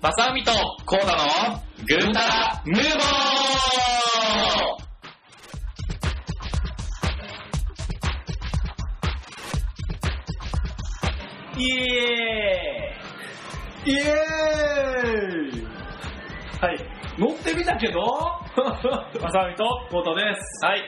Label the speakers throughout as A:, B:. A: マサウミとコーダのぐんたらムーボー
B: イエ
C: イエー
B: ー
C: イ
B: イはい。
C: 乗ってみたけど
B: まさみと、コートです。はい。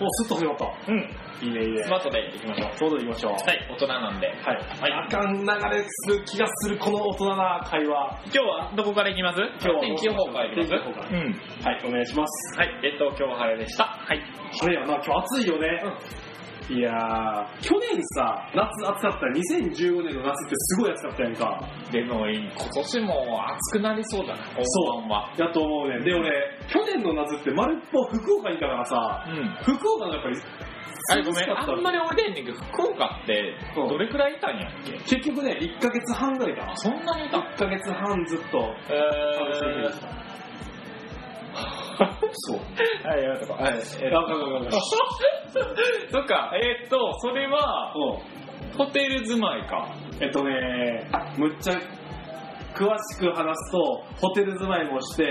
C: もうスッと広まった。
B: うん。
C: いいねいいね
B: スマートで行きましょう。
C: そうでいきましょう。
B: はい、大人なんで。
C: はい。
B: はい
C: あかん流れする気がするこの大人な会話。は
B: 今日はどこから行きます
C: 今日は
B: 天気予報から行きます
C: 天気予報から
B: うん。
C: い、お願いします。
B: はい、えっと、今日は晴れでした。はい。
C: 晴れやな、今日暑いよね。いやー、去年さ、夏暑かった。2015年の夏ってすごい暑かったやんか。
B: でも、今年も暑くなりそうだな、
C: そう
B: 本番は。
C: だと思うね。で、俺、去年の夏ってまるっぽ福岡にいたからさ、
B: うん。
C: 福岡のやっぱり、
B: あれごめ
C: 涼し
B: ん、
C: かった
B: あんまり俺でんねんけど、福岡って
C: うん
B: どれくらいいたんやっけ
C: 結局ね、1ヶ月半ぐらいかな。
B: そんなにいた
C: 1ヶ月半ずっと
B: え
C: 楽しみで
B: ー
C: し、た。そう。
B: はい、やめとこう。はい、えー
C: あかんあかんあかん
B: そっか、えーっと、それは、ホテル住まいか。
C: えっとね、むっちゃ詳しく話すと、ホテル住まいもして、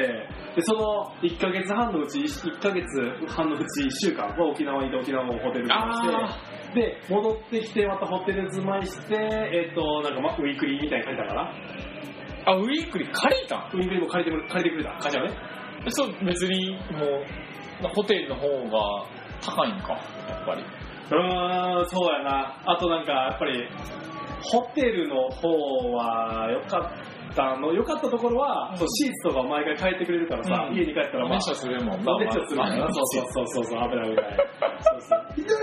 C: でその1ヶ月半のうち、1ヶ月半のうち1週間は沖縄にいて沖縄もホテル住まいし
B: あ
C: て、で、戻ってきてまたホテル住まいして、えっと、なんかまウィークリーみたいに書いたかな
B: ーあ、ウィークリー借りたん
C: ウィークリーも借りても借りてくれた、会社はね。
B: そう、別に、もう、ホテルの方が高いんか、やっぱり。
C: うーん、そうやな。あとなんか、やっぱり、ホテルの方は良かったの、良かったところは、
B: うん
C: そうシーツとかを毎回変えてくれるからさ、
B: うん
C: 家に帰ったら、まあ、
B: ショするもん
C: まあ、めっちゃするんだ
B: ま
C: な
B: あ。
C: そうそうそうそうそう、危ない危ない。そうそう。いや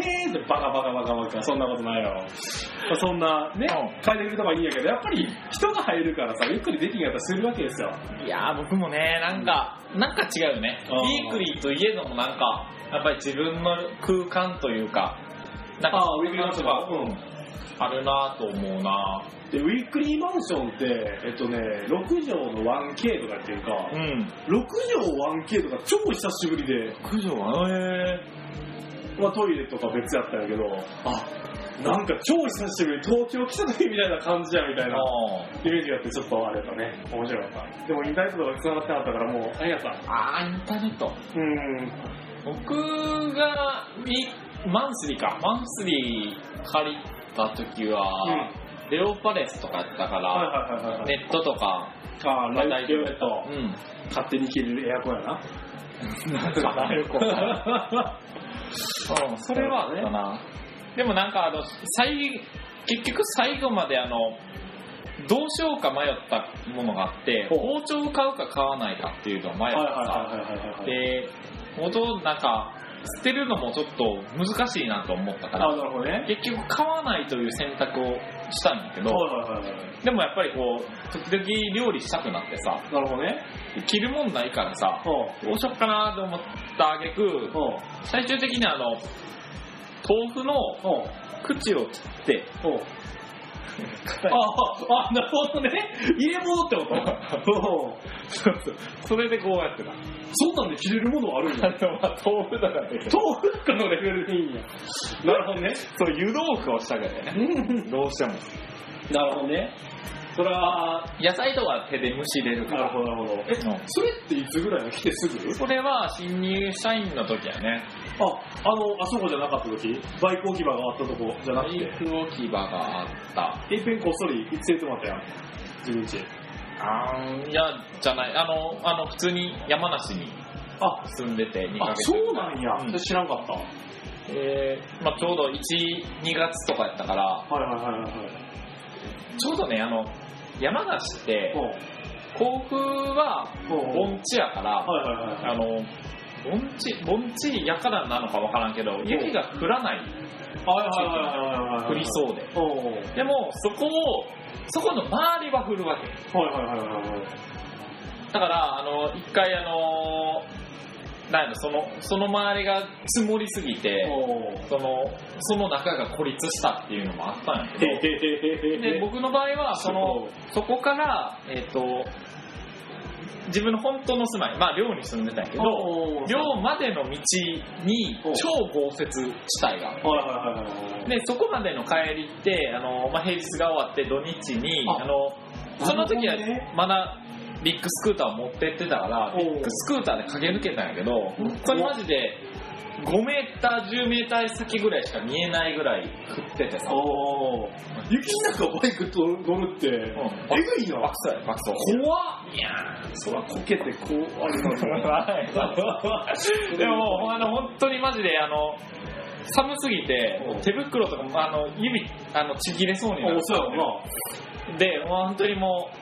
C: いやいやいやへーってバカバカバカバカ、そんなことないよ。まあそんな、ね、
B: う
C: 変えてくれた方がいいんやけど、やっぱり人が入るからさ、ゆっくりできんやったらするわけですよ。
B: いやー僕もね、なんか、なんか違うよね。
C: あ
B: ウ
C: ー
B: ィークリーといえどもなんか、やっぱり自分の空間というか、なんか、
C: あーウィークリーマンションが
B: うん。あるなーと思うな
C: で、ウィークリーマンションって、えっとね、6畳の 1K とかっていうか、
B: うん。
C: 6畳 1K とか超久しぶりで、
B: 九条はえ
C: まあ、トイレとか別やったんやけどあなんか超久しぶり東京来た時みたいな感じやみたい
B: ー。
C: なイメージがあってちょっとあれだね面白かったでもインターネットとか繋がってなかったからもうありがとう
B: あー、インターネット。
C: うん
B: 僕がウィマンスリーかマンスリー借りた時は、レオパレスとかやったから、
C: はいはいはいはい
B: ネットとか
C: あーライフユーネット
B: うん
C: 勝手に切れるエアコンやな
B: なんかなよ くわからんうんそれはあったなでもなんかあの最結局最後まであのどうしようか迷ったものがあって
C: ほう
B: 包丁を買うか買わないかっていうのを迷っ
C: は
B: た
C: い
B: さ、
C: はいはいはいはいはい
B: で元なんか捨てるのもちょっと難しいなと思ったから
C: あなるほどねはい
B: 結局買わないという選択をしたんだけど、
C: はいはいはい
B: でもやっぱりこう時々料理したくなってさ
C: なるほどね
B: 着るもんないからさ
C: ほう
B: どうしよっかなと思った挙句
C: ほう
B: 最終的にあの豆腐の
C: ほう
B: 口を切って
C: ほう ああなるほどね入れ物ってことほう
B: そうそうそれでこうやってた
C: そんなんで切れるものはあるんや
B: あのまあ豆腐だからね
C: 豆腐とかのレベルでいいんや。なるほどね。
B: そう湯豆腐をしたけどねどうしても
C: なるほどね。それは、
B: 野菜とか手で蒸し入れるか
C: なる
B: ら
C: ほど、なるほど。
B: う
C: え、
B: ん
C: それっていつぐらいの来てすぐ
B: それは新入社員の時やね
C: あ、あの、あそこじゃなかった時バイク置き場があったとこじゃなく
B: メイ
C: て。
B: ク置き場があった
C: いっぺんこっそり連れてもらったやん。自分家。
B: あーいやじゃないあのあの普通に山梨に
C: あ、
B: 住んでて2ヶ
C: あ、
B: 月
C: そうなんや。
B: うん
C: 知らんかった。はい
B: えーまあ、ちょうど12月とかやったから
C: はいはいはい。
B: ちょうどねあの山梨って
C: ほう
B: 甲府は
C: ほうほう
B: 盆地やから
C: はいはいはいは
B: あ
C: い。
B: の盆地盆地やからなのかわからんけど雪が降らない
C: はいはいはいはいはいはい。
B: 降りそうで
C: ほう。はい
B: でもそこをそこの周りは降るわけ
C: はいはいはいはい。
B: だからあの一回あのなんやろそのその周りが積もりすぎて
C: ほう。
B: そのその中が孤立したっていうのもあったんや
C: へ
B: け
C: へ
B: ど
C: へへへへ。
B: で僕の場合はそのそこから、えっと自分の本当の住まい、まあ、寮に住んでたんやけど
C: おー
B: 寮までの道に
C: お
B: 超豪雪地帯がある
C: はいはいはいはい。
B: でそこまでの帰りってあの、まあ、平日が終わって土日に
C: あ
B: あのその時は
C: なるほどね
B: まだビッグスクーターを持ってってたから
C: おう
B: ビッグスクーターで駆け抜けたんやけどこれマジで5メーター10メーター先ぐらいしか見えないぐらい降っててさ
C: おー雪の中バイクと乗るって、えぐい
B: 爆
C: な。
B: 走や爆走
C: 怖っ
B: いや
C: そらこけてこうある の
B: はいでもあの本当にマジであの寒すぎて
C: うん
B: 手袋とかもあの指あのちぎれそうにな
C: よ。
B: る
C: おそうやろ
B: でもう本当にもう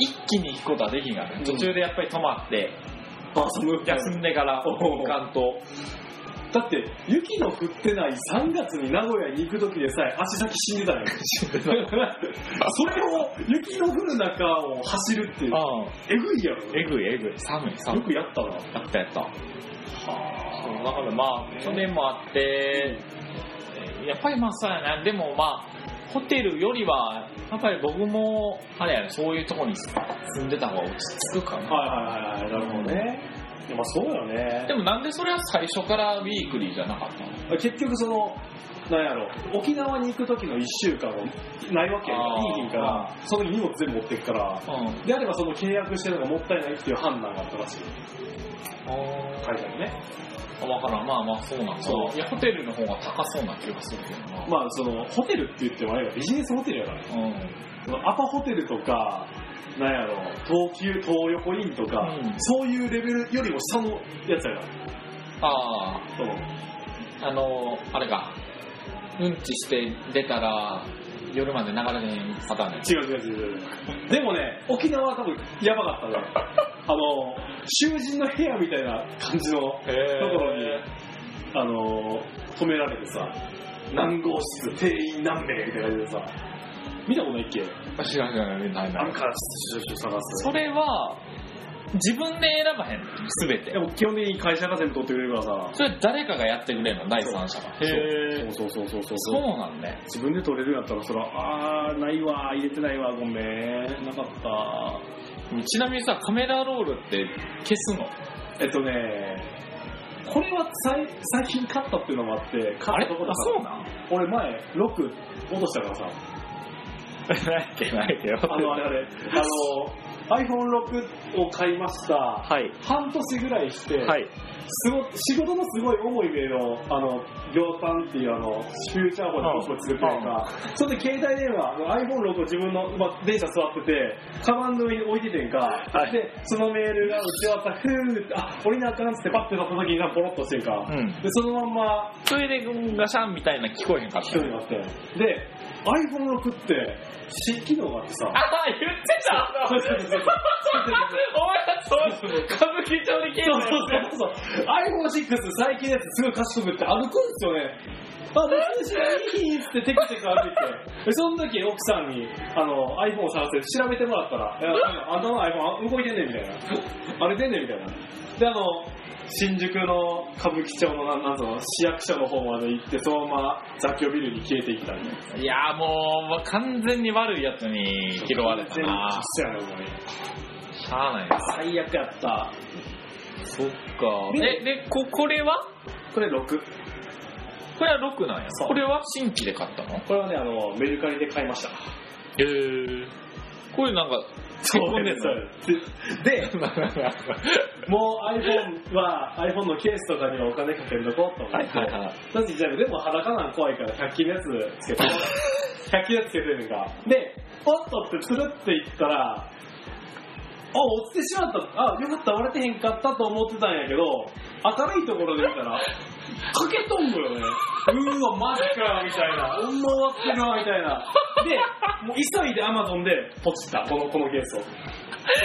B: 一気に行くことはできんからね、
C: うん
B: 途中でやっぱり止まって
C: な。あ、その
B: 休んでから
C: うん
B: 行かんと
C: だって、雪の降ってない3月に名古屋に行く時でさえ足先死んでたよ。それを、雪の降る中を走るっていう、
B: う
C: えぐいやろ。
B: んえぐいえぐい寒い寒
C: よ
B: い
C: くやったな。
B: やったやったそうだからまあ去年もあってやっぱりまあそうやなでもまあホテルよりはやっぱり僕もあれやねそういうとこに住んでた方が落ち着くかな
C: はいはいはいはい、なるほどね。いやまあそうよね
B: で。もなんでそれは最初からウィークリーじゃなかったの
C: 結局その、なんやろ、沖縄に行く時の1週間もないわけやん
B: あ
C: か
B: ー
C: いい日から、その時荷物全部持ってくから、
B: うん
C: であればその契約してるのがもったいないっていう判断があったらしい。海外にね。
B: わからん、まあまあそうなんだ
C: そう
B: いや、ホテルの方が高そうな気がするけどな。
C: まあその、ホテルって言ってもあれがビジネスホテルやからね。
B: うん。うん。
C: そのアパホテルとか、なんやろ、東急、東横インとか、
B: うん
C: そういうレベルよりも下のやつやから。
B: あ
C: その
B: あ、あの、あれか。うんちして出たら、夜まで流れへんパターンね。
C: 違う違う違う違う。でもね、沖縄は多分やばかったね。 あの、囚人の部屋みたいな感じのとこ
B: へ
C: ろに、あの、止められてさ、何号室、定員何名みたいな感じでさ、見たことないっけ
B: え。知らん知らん、ない
C: あ
B: な
C: る
B: い。
C: から、ちょっと探す。
B: それは、自分で選ばへんのすべて
C: で。も基本的に会社が全部取ってくれるからさ、
B: それ誰かがやってくれるの、第三者が。
C: そうそうそうそうそうそ
B: そ
C: う。
B: うなんね。
C: 自分で取れるんやったらそらあーないわ入れてないわごめんなかった
B: ちなみにさ、カメラロールって消すの
C: えっとねこれはさい最近買ったっていうのもあって買ったとこだから
B: うなん
C: 俺前6落としたからさ
B: ないけないけど。
C: あのあれあれあの iPhone6 を買いました
B: はい。
C: 半年ぐらいして、
B: い。
C: すご仕事のすごい重いメールをあの行パンっていうあのフューチャー
B: うん
C: ボードを作ってるか、それで携帯電話あの iPhone6 を自分の、まあ、電車座っててカバンの上に置いててんか、
B: はい
C: でそのメールが打ち終わったふーってあ降りなあかんっつってパッて立った時になボロッとしてんか、
B: うん
C: でそのまんま
B: それでガシャンみたいな聞こえへんかった。
C: 一人になってで iPhone6 って新機能があってさ
B: ああ、言ってたお
C: そう
B: 前
C: そうそうそう
B: らそう、歌舞伎町に来て
C: そうそうそうそう。iPhone6 最近のやつすごい賢くって歩くんですよね。あ、別に知らないっつってテクテク歩いて。でその時奥さんにあの iPhone を探せ調べてもらったら、いやあんたの iPhone 動いてんねんみたいな。あれ出んねんみたいな。で、あの、新宿の歌舞伎町のなんなんぞの市役所の方まで行って、そのまま雑居ビルに消えていったみたいな。
B: いやーもう、完全に悪いやつに拾われたな。
C: 全部消し
B: しゃあないな。
C: たよね最悪やった。
B: そっか。え、で、こ、これは
C: これ6。
B: これは6なんや。
C: そう
B: これは新規で買ったの
C: これはね、あの、メルカリで買いました。
B: えー。これなんか、
C: そ
B: 突っ込
C: うん
B: でん
C: で
B: の
C: す。 で、もう iPhone は iPhone のケースとかにはお金かけんとこうと思って。
B: はい。
C: だってじゃあでも裸なん怖いから100均のやつ つけて、100均のやつつけてるんか。で、おっとってつるっていったら、あ、落ちてしまった。あ、よかった、割れてへんかったと思ってたんやけど、明るいところで見たら、かけとんのよね。うーわ、マジかよ、みたいな。ほんま終わってるわ、みたいな。で、もう急いで Amazon でポチった、この、このケースを。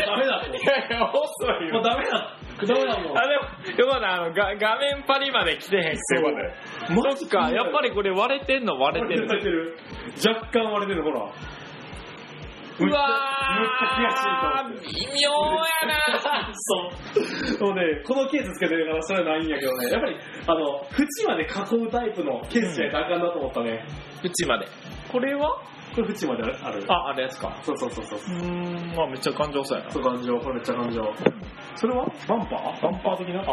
C: ダメだと。
B: いやいや、遅い
C: も
B: よ
C: う。ダメだ。ダメだもん。
B: あ、でも、よかった、あの、が画面パリまで来てへんって
C: そう
B: ことでそっか、やっぱ
C: り
B: りこれ割れてんの割れてる。
C: 若干割れてる、ほら。
B: う
C: むっちゃ
B: わー
C: むっちゃ悔しいと思って。
B: 微妙やな
C: そう。もうね、このケースつけてるからそれはないんやけどね、やっぱり、あの、縁まで囲うタイプのケースじゃないとあかんなと思ったね。
B: うちまで。これは
C: これ縁まである。
B: あ、あれですか。
C: そうそうそうそう。
B: うーん、まあめっちゃ感情そうやな。
C: そう、感情。これめっちゃ感情。
B: それはバンパーバンパー的なあ、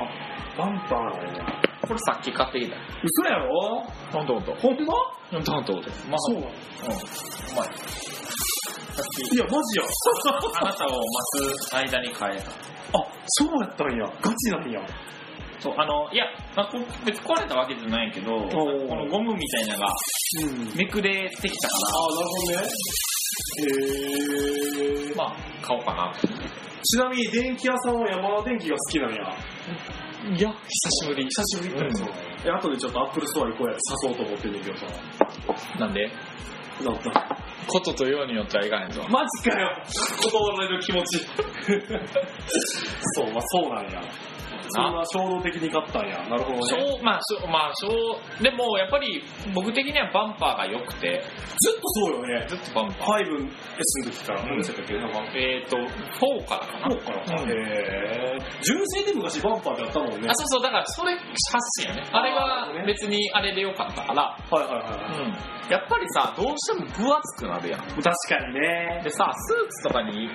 C: バンパーなんや。
B: これさっき買ってきた。
C: 嘘やろ
B: ほんとほんと。
C: ほんま
B: ほんとほんとほんと。まあ、
C: そうなの
B: うん。うまい。さっき
C: いや、マジや。
B: あなたを待つ間に変えた。
C: あ、そうやったんや。ガチなんや。
B: そう、あの、いや、まあ、こ別に壊れたわけじゃないけど、こ
C: ー
B: のゴムみたいなのが
C: うん。
B: めくれてきたか
C: あー、なるほどね。へー。
B: ら、まあ、買おうかな。
C: ちなみに電気屋さんは山田電機が好きなんや。
B: いや、久しぶり。
C: 久しぶり
B: うん
C: そうえ、後でちょっとアップルストア行こうや。誘おうと思ってんねんけどさ。
B: なんで
C: なった。
B: こととようによってはいかへんぞ。
C: マジかよ。断られる気持ち。そう、まあそうなんや。そんな衝動的に買ったんや。なるほどね。
B: そうまあ、そうまあ、そう、でもやっぱり僕的にはバンパーが良くて、
C: ずっとそうよね。
B: ずっとバンパー。
C: 5S の時から、何でしたっけなんか、
B: えっ、と、4からかな。
C: そうからか。
B: うん
C: へぇー。純正で昔バンパーでやったもんね。
B: あ、そうそう、だからそれ、発信よね。あれ
C: あー
B: は別にあれで良かったから、
C: はいはいはい。
B: やっぱりさ、どうしても分厚くなるやん。
C: 確かにね。
B: でさ、スーツとかに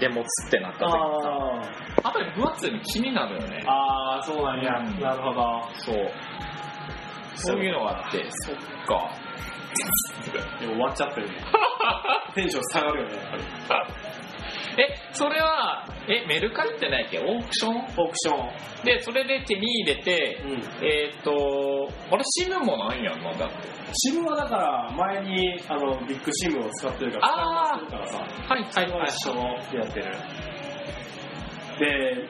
B: でもつってなった時にさ、
C: あー。
B: やっぱり分厚いの気になるよね。
C: あー、そうなんや。
B: うん
C: なるほど。
B: そう。そういうのがあって、そっか。
C: でも終わっちゃってる ね。テンション下がるよね、やっぱり。
B: え、それは、え、メルカリってないっけオークション
C: オークショ
B: で、それで手に入れて、
C: ン。うん。
B: えーっ、と、あれ、シムもないんやんな、だって。
C: シムはだから、前に、あの、ビッグシムを使ってるから、
B: あー
C: 使い回してるからさ、
B: はい、はい、はい。
C: 一緒のやってる。で、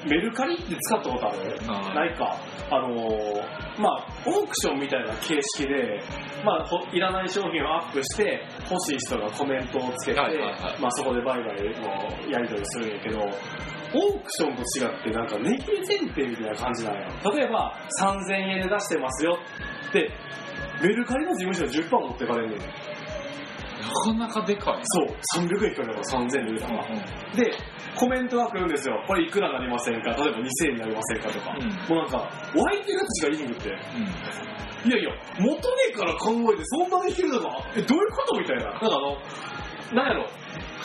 C: メルカリって使ったことある
B: ない
C: ないか。あのーまあオークションみたいな形式で、まあほいらない商品をアップして、欲しい人がコメントをつけて、
B: はいはいはい
C: まあそこで売買のやり取りするんやけど、オークションと違ってなんか値切れ前提みたいな感じなんや。例えば、3000円で出してますよって、メルカリの事務所に10%持ってかれんねん。
B: なかなかでかいな。
C: そう、300円くらいだから3000円で出た
B: うん
C: から。で、コメントが来るんですよ。これいくらなりませんか例えば2000円になりませんかとか。
B: うん
C: もうなんか、湧いてるやつがいいんだって。
B: うん
C: いやいや、元値から考えてそんなできるのかえ、どういうことみたいな。なんかあの、なんやろ、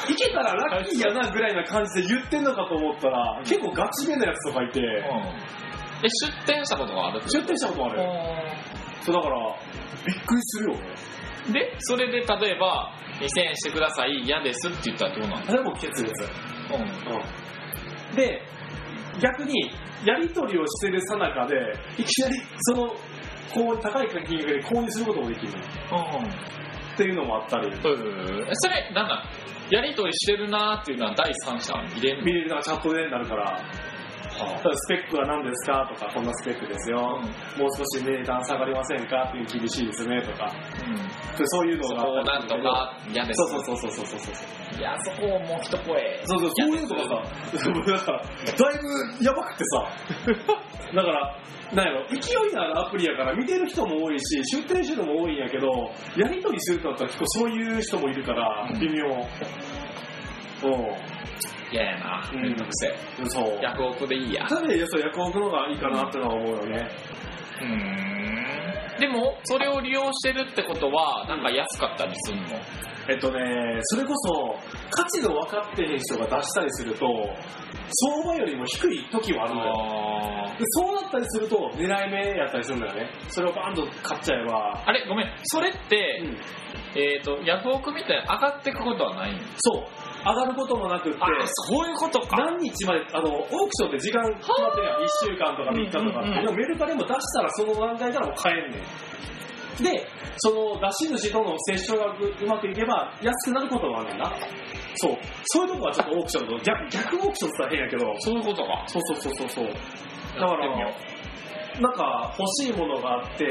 C: いけたらラッキーやなぐらいな感じで言ってんのかと思ったら、結構ガチめなやつとかいて、
B: え、出店したことがある
C: 出店したことある。そうだから、びっくりするよね。
B: で、それで例えば、2000円してください、嫌ですって言ったらどうなの
C: あれも決裂。
B: うん。
C: うん。で、逆に、やり取りをしてる最中で、いきなり、その、こう高い金額で購入することもできるっていうのもあったり、
B: うん。それ、なんだやりとりしてるなーっていうのは第三者入れんの
C: 見れるのがチャットでなるから、ただスペックは何ですかとか、こんなスペックですよ。もう少し値段下がりませんかっていう厳しいですねと
B: う
C: か、そういうの
B: ん。
C: が
B: こ
C: あ
B: う
C: った
B: な
C: り
B: んと
C: するけど
B: か、嫌です。
C: そうそうそうそうそうそうそう。
B: いや、そこをもう一声。
C: そうそう、そういうのがさ、だから、だいぶやばくてさ、だから、なんやろ、勢いのあるアプリやから見てる人も多いし、出店してる人も多いんやけど、やりとりするとなったら結構そういう人もいるから、微妙。う
B: 嫌やな。
C: うん
B: めんどくせえ。
C: ん、そう。
B: 逆奥でいいや。
C: ただね、そう、役置くのがいいかなってのは思うよね。
B: うん。でも、それを利用してるってことは、なんか安かったりすんの
C: えっとね、それこそ、価値の分かってへん人が出したりすると、相場よりも低い時はあるのよ。
B: あー
C: でそうなったりすると、狙い目やったりするんだよね。それをバーンと買っちゃえば、
B: あれ、ごめん。それって、
C: うん
B: えっ、と、ヤフオクみたいに上がっていくことはないんです
C: そう、上がることもなくって、
B: そういうことか。
C: 何日まで、あの、オークションって時間決まってるやん。1週間とか3日とか
B: うんうんうん
C: でもメルカリも出したらその段階からもう買えんねん。で、その出し主との接触がうまくいけば安くなることもあるんだな。そう。そういうとこはちょっとオークションと逆、逆オークションって言ったら変やけど、
B: そういうことか。
C: そうそうそうそうそう。だから、なんか欲しいものがあって、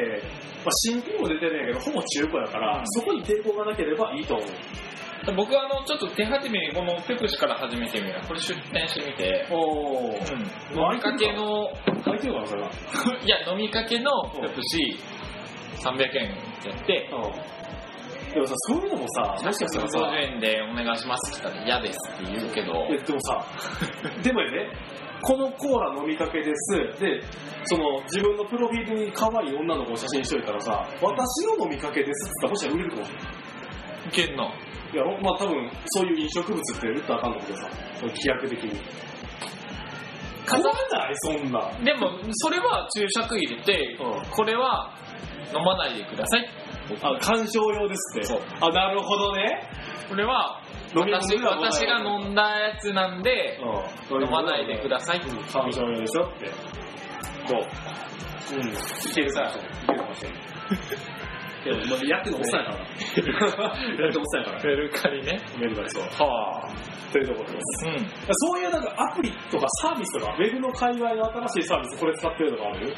C: まあ、新品も出てるんやけど、ほぼ中古やから、
B: うん
C: そこに抵抗がなければいいと思う。
B: 僕はあの、ちょっと手始めにこのペクシから始めてみる。これ出店してみて。
C: おー。
B: うん飲みかけの、
C: 空いてるかな、それは。
B: いや、飲みかけのペプシ300円やって、
C: うんでもさ、そういうのもさ、もしかしたらさ、
B: 150円でお願いしますって言ったら嫌ですって言うけど、
C: えでもさ、でもやね、このコーラ飲みかけです、で、その自分のプロフィールに可愛い女の子を写真しといたらさ、私の飲みかけですって言ったらもしかしたら売れるかもしれない。
B: いけんの
C: いやろまあ多分そういう飲食物って打ったらあかんのだけどさそういう規約的に
B: 飾
C: 飾らないそんな
B: でもそれは注釈入れて、
C: うん
B: これは飲まないでください
C: あ鑑賞用ですって
B: そう
C: あなるほどね
B: これは
C: 飲み物
B: 私
C: には飲まない
B: 私が飲んだやつなんで
C: うん
B: 飲まないでください
C: うん鑑賞用でしょってこううんいけるさいけるかもしれないでもまあやってるのおっ さんやからなやってるおっさんやから
B: メルカリね
C: メルカリそう
B: はあ
C: というところです
B: うん
C: そういうなんかアプリとかサービスとか、ウェブの界隈の新しいサービス、これ使ってるのがある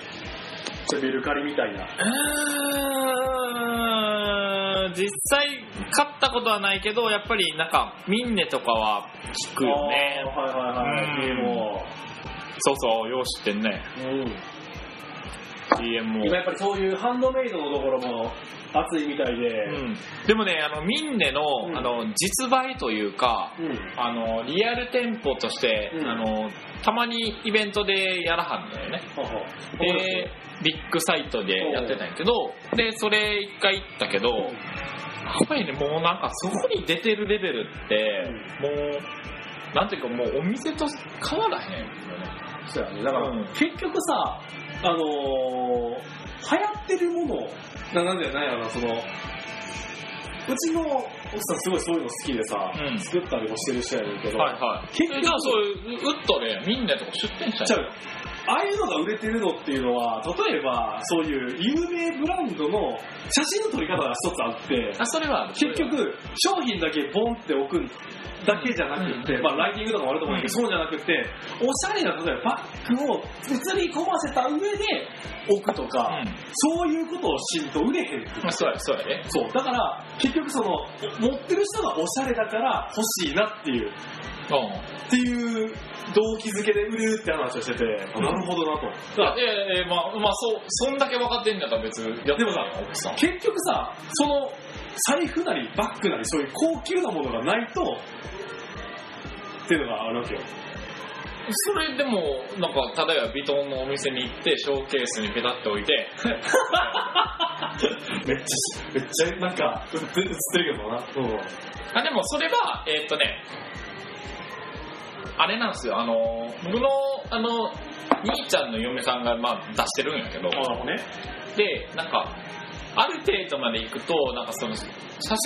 C: ちょメルカリみたいな。
B: うーん実際買ったことはないけどやっぱりなんかミンネとかは聞くよね
C: あーはいはいはい。
B: うん
C: も
B: そうそうよう知ってんね
C: う、
B: CM も
C: 今やっぱりそういうハンドメイドのところも熱いみたいで、
B: うん、でもねあのミンネの,、
C: うん
B: あの実売というか
C: うん。
B: あのリアル店舗として、
C: うん
B: あのたまにイベントでやらはんのよね
C: ほうほう
B: でビッグサイトでやってたんやけどでそれ一回行ったけど、やっぱりねもうなんかそこに出てるレベルって、もうなんていうかもうお店と変わらへんよね
C: そうやね。だから、
B: うん
C: 結局さ、あのー、流行ってるもの、ななんだよ、なんやろな、その、うちの奥さんすごいそういうの好きでさ、
B: うん
C: 作ったりもしてる人やねんけど、
B: はいはい
C: 結局
B: えじゃあそういうウッドでミンネとか出店し
C: ち
B: ち
C: ゃ
B: ゃ
C: う
B: う
C: よああいうのが売れてるのっていうのは例えばそういう有名ブランドの写真の撮り方が一つあって
B: あそれはある
C: 結局商品だけボンって置くだけじゃなくって、
B: うん
C: まあ、ライティングとかもあると思うんだけど、そうじゃなくておしゃれな例えばバッグを映り込ませた上で置くとか、
B: う、
C: そういうことをしんと売れへんっていうん
B: そうやそうやね
C: そうだから結局その持ってる人がおしゃれだから欲しいなってい
B: うん
C: うっていう動機づけで売れるって話をしてて、なるほどなと。だ から
B: いやいやいやまあ、まあ、そう、そんだけ分かってんだったら別にやって
C: でもさ
B: ないよ奥さん。
C: 結局さ、その財布なりバッグなりそういう高級なものがないと、っていうのがあるわけよ。
B: それでも、なんか、例えば、ビトンのお店に行って、ショーケースにペタって置い て、
C: めっちゃ、めっちゃなんか、映ってるけどな。うん。
B: あ、でもそれは、えーっとね、あれなんですよ、あの、僕の、あの、兄ちゃんの嫁さんが、まあ、出してるんやけど、
C: なるほどね。
B: で、なんか、ある程度まで行くと、なんかその、写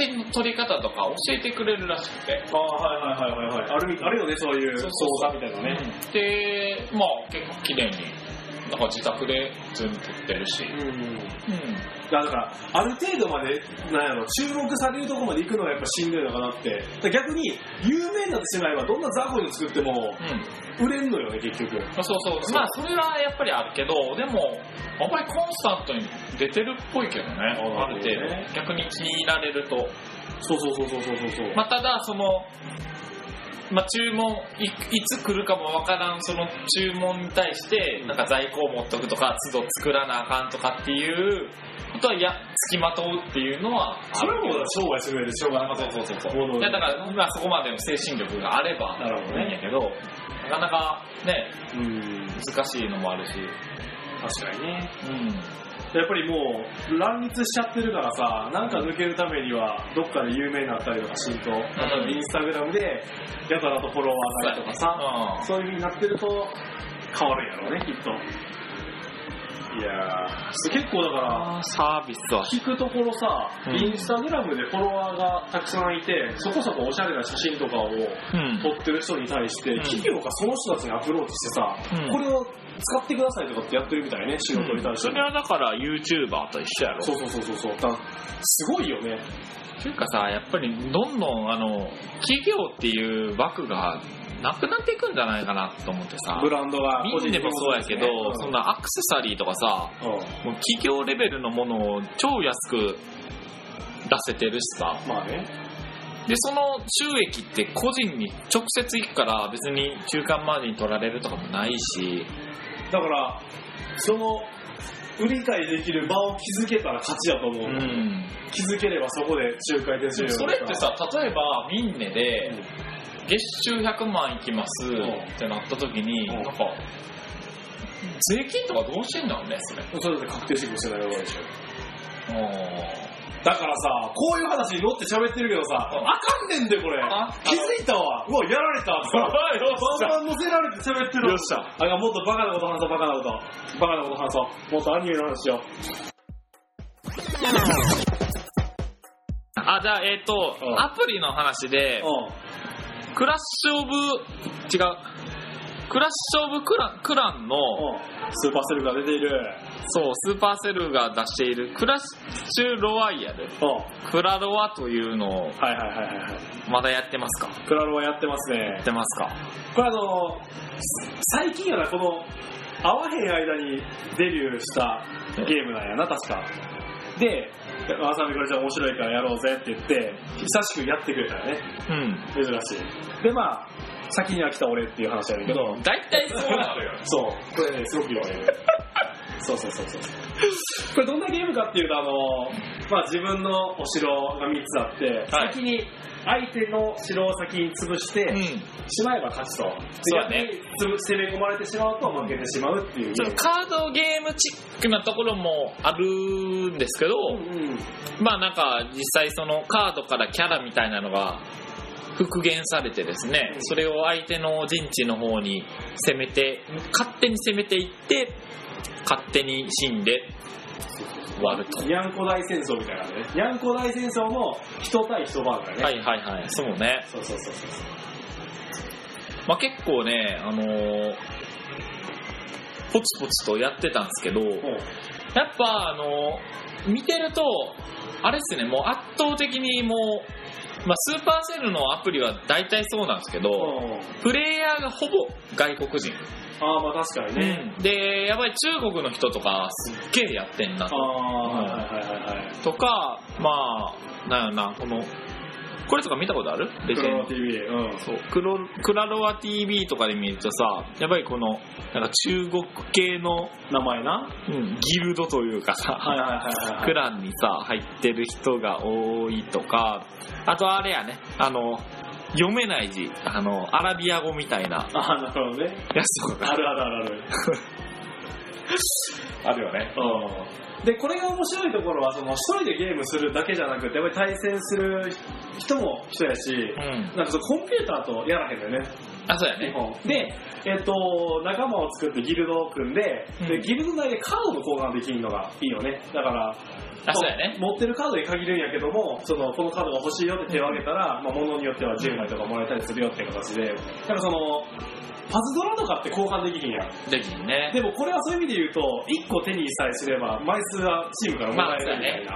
B: 真の撮り方とか教えてくれるらしくて、
C: ああ、はいはいはいはいはい。ある、あるよね、そういう
B: そ
C: 操
B: うそう
C: 作みたいなね。
B: で、まあ、結構綺麗に、なんか自宅で普通に撮ってるし、
C: うん。
B: うん。
C: だから、ある程度まで、なんやろ、注目されるところまで行くのがやっぱしんどいのかなって。だから逆に、有名になってしまえば、どんな雑魚に作っても、
B: うん
C: 売れんのよね、結局。
B: まあ、そうそうまあそれはやっぱりあるけどでもあんまりコンスタントに出てるっぽいけどね
C: あ
B: ある程
C: なるほどね
B: 度逆に気に入られると、
C: そうそうそうそうそうそうそう。
B: まあ、ただその、まあ、注文いいつ来るかもわからんその注文に対してなんか在庫を持っとくとか都度作らなあかんとかっていうことはいや付きまとうっていうのはあ
C: それ
B: る
C: はもう生涯する上でしょうがなかった。そうそうそう
B: いやだから、まあ、そこまでの精神力があれば
C: なるほどね
B: いいんやけどなかなかね
C: うん、
B: 難しいのもあるし
C: 確かにね。
B: うん
C: やっぱりもう、乱立しちゃってるからさ、なんか抜けるためには、どっかで有名になったりとかしんと、例えばインスタグラムで、やたらとフォロワーがいるとかさ、
B: う
C: そういう風になってると、変わるんやろうね、きっと。いやー、結構だから、
B: ん、サービスは
C: 聞くところさ、
B: うん
C: インスタグラムでフォロワーがたくさんいて、そこそこおしゃれな写真とかを、
B: うん
C: 撮ってる人に対して、
B: うん
C: 企業がその人たちにアプローチしてさ、
B: うん
C: これを使ってくださいとかってやってるみたいね、仕事に対して。
B: それはだから YouTuber と一緒やろ
C: そうそうそうそうそう。だすごいよね。
B: というかさやっぱりどんどんあの企業っていう枠がなくなっていくんじゃないかなと思ってさ
C: ブランドが
B: ミンでもそうやけど、そん
C: な。
B: なアクセサリーとかさ
C: う
B: もう企業レベルのものを超安く出せてるしさ
C: ん。まあね。
B: でその収益って個人に直接行くから別に中間マージン取られるとかもないし
C: だから、その、売り買いできる場を築けたら勝ちやと思う。
B: うん
C: 気づければそこで仲介手数料とか
B: それって、さ例えばミンネで、
C: うん
B: 月収100万いきます
C: ん
B: ってなった時に、
C: うん
B: なんか税金とかどうしてんだろうねそれ
C: それだって確定申告してないわけでしょ。
B: うん
C: だからさ、こういう話に乗って喋ってるけどさ、
B: うん
C: あかんねんでこれ
B: あ。
C: 気づいたわ。うわ、やられた。 バンバン乗せられて喋ってる。
A: よっしゃ。
C: あ、もっとバカなこと話そう、バカなこと。バカなこと話そう。もっとアニメの話しよ
B: あ、じゃあ、えっ、と
C: う、ん
B: アプリの話で
C: う。、うん。
B: クラッシュオブ、違う。クラッシュオブクランクランの、
C: スーパーセルが出ている。
B: そう、スーパーセルが出しているクラッシュロワイヤル、
C: うん。
B: クラロワというのを、
C: はいはいはいはいはい。
B: まだやってますかや
C: クラロワやってますね
B: っ。てますか
C: これあの、最近やな、この、合わへん間にデビューしたゲームなんやな、確か。で、わさびこれじゃ面白いからやろうぜって言って、久しくやってくれたよね。
B: うん。
C: 珍しい。で、まあ、先には来た俺っていう話やねんけど、
B: 大体そうなるよ。
C: そう、これね、すごく言 われる。そうそうそうそう。これどんなゲームかっていうと、あの、まあ自分のお城が3つあって、
B: はい
C: 先に相手の城を先に潰して、
B: うん。
C: しまえば勝ちと。
B: そうだね
C: 逆に攻め込まれてしまうと負けてしまうっていう。
B: ちょっとカードゲームチックなところもあるんですけど、
C: うんうん
B: まあなんか実際そのカードからキャラみたいなのが復元されてですね、それを相手の陣地の方に攻めて、勝手に攻めていって、勝手に死んで終わると。
C: ニャンコ大戦争みたいなね。ニャンコ大戦争の人対人バージョンだね。
B: はいはいはい、そうね。
C: そうそうそうそう。
B: まあ結構ね、あのーポツポツとやってたんですけど、
C: もう
B: やっぱあの見てるとあれですねもう圧倒的にもう、まあ、スーパーセルのアプリは大体そうなんですけど、
C: うんうん
B: プレイヤーがほぼ外国人、
C: ああ、まあ確かにね。
B: でやばい中国の人とかすっげえやってんな
C: ああ、はいはいはいはい。
B: とかまあなんやろなこのこれとか見たことあるレジ
C: ク
B: ェン
C: ロ
B: ド
C: ー TV。うん。
B: そうクロクラロワ TV とかで見るとさやばいこのなんか中国系の、
C: 名前な。
B: うんギルドというかさ、
C: はいはいはいはい。
B: クランにさ入ってる人が多いとかあとあれやねあの読めない字あのアラビア語みたいな
C: ああ、なるほどね。
B: やつと
C: あ
B: か
C: るあるあるある。
B: あるよね
C: でこれが面白いところはその一人でゲームするだけじゃなくてやっぱり対戦する人も人やし、
B: うん
C: なんかそのコンピューターとやらへんだよね
B: あそうや
C: 基
B: ね
C: 本で、えっと仲間を作ってギルドを組んで,、
B: うん
C: でギルド内でカードの交換できるのがいいよねだから
B: あそうやね
C: 持ってるカードに限るんやけどもそのこのカードが欲しいよって手を挙げたら、まあ、物によっては10枚とかもらえたりするよって形でだからそのパズドラとかって交換できひんやん
B: できんね
C: でもこれはそういう意味で言うと、1個手にさえすれば、枚数はチームからもらえるみたいな。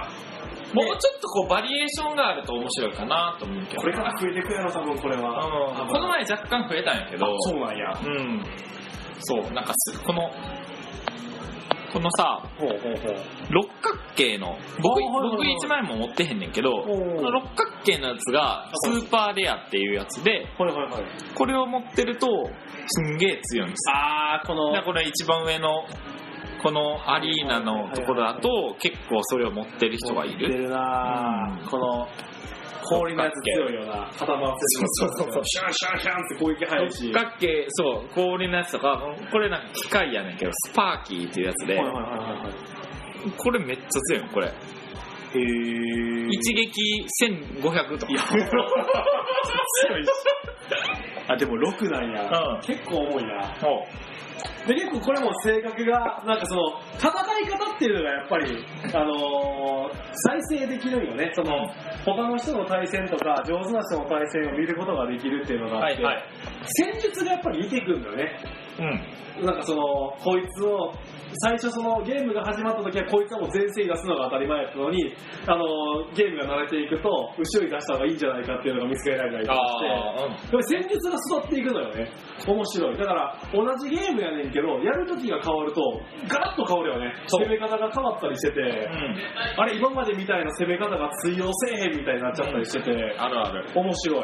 B: もうちょっとこうバリエーションがあると面白いかなと思うけど
C: これから増えてくやろ、多分これは。
B: うんこの前若干増えたんやけど
C: そうなんや。
B: うんそうなんかすこのこのさ
C: ほうほうほう。
B: 六角形の僕
C: あはいはいはい
B: 僕一枚も持ってへんねんけどこ
C: おう
B: の六角形のやつがスーパーレアっていうやつで
C: はいはいはい。
B: これを持ってるとすんげえ強いんです
C: あー、この
B: だからこれ一番上のこのアリーナのところだと結構それを持ってる人がい
C: 持って
B: る
C: るな
B: うん
C: ぁ。この、氷のやつ強いよな。固まって
B: そうそうそうそう
C: シャンシャンシャンって攻撃入るし。
B: 六角形そう氷のやつとかこれなんか機械やねんけどスパーキーっていうやつで
C: はいはいはいはい。
B: これめっちゃ強いのこれ
C: へー。
B: 一撃1500とか
C: いや、強いし。 あ、でも6なん
B: う
C: や
B: ん。
C: 結構重いな。
B: ほう
C: で結構これも性格がなんかその戦い方っていうのがやっぱり、あのー再生できるんよねその他の人の対戦とか上手な人の対戦を見ることができるっていうのがあって、
B: はいはい
C: 戦術がやっぱり似てくるんだよね
B: うん
C: なんかそのこいつを最初そのゲームが始まった時はこいつはもう前世に出すのが当たり前やったのに、あのーゲームが慣れていくと後ろに出した方がいいんじゃないかっていうのが見つけられたりとかして
B: ああうん
C: やっぱり戦術が育っていくのよね面白いだから同じゲームやねんけどやる時が変わるとガラッと変わるよね
B: そう
C: 攻め方が変わったりしてて、
B: うん
C: あれ今までみたいな攻め方が通用せえへんみたいになっちゃったりしてて、
B: あるある
C: 面白い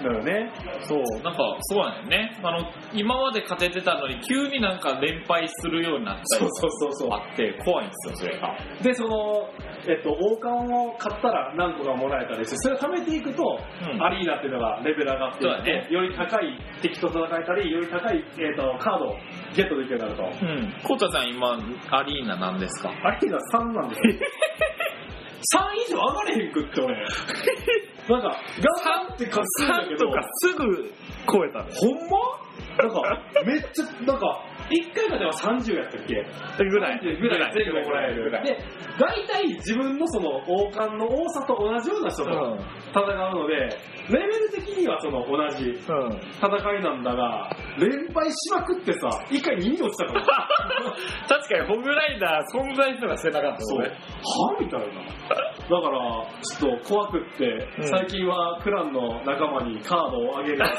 C: だよね
B: そう、なんかそうなんだよね。あの、今まで勝ててたのに急になんか連敗するようになった
C: そ
B: り
C: うそうそうそう
B: あって怖いんですよ、それが。
C: でその、えっと、王冠を買ったら何個かもらえたりしてそれを貯めていくと、
B: うん
C: アリーナっていうのがレベル上がっていって
B: そうだ、ね
C: より高い敵と戦えたりより高い、えっと、カードをゲットできるようになると
B: うん。コウタさん今、アリーナなんですか
C: アリーナ3なんですよ以上上がれへんくって俺なんか頑張ってかすんだけ
D: 3
C: ど
D: とかすぐ超えたね
C: ほんまなんかめっちゃなんか1回までは30やったっけ
D: ぐらい
C: ぐらい全部もらえる
B: ぐらい
C: で大体自分のその王冠の多さと同じような人と
D: うん
C: 戦うのでレベル的にはその同じ
D: うん
C: 戦いなんだが連敗しまくってさ一回2位に落ちた から
D: 確かにホグライダー存在すらしてなかった
C: そう
D: もん
C: は
D: ね
C: みたいなだからちょっと怖くって、
D: うん
C: 最近はクランの仲間にカードをあげるとか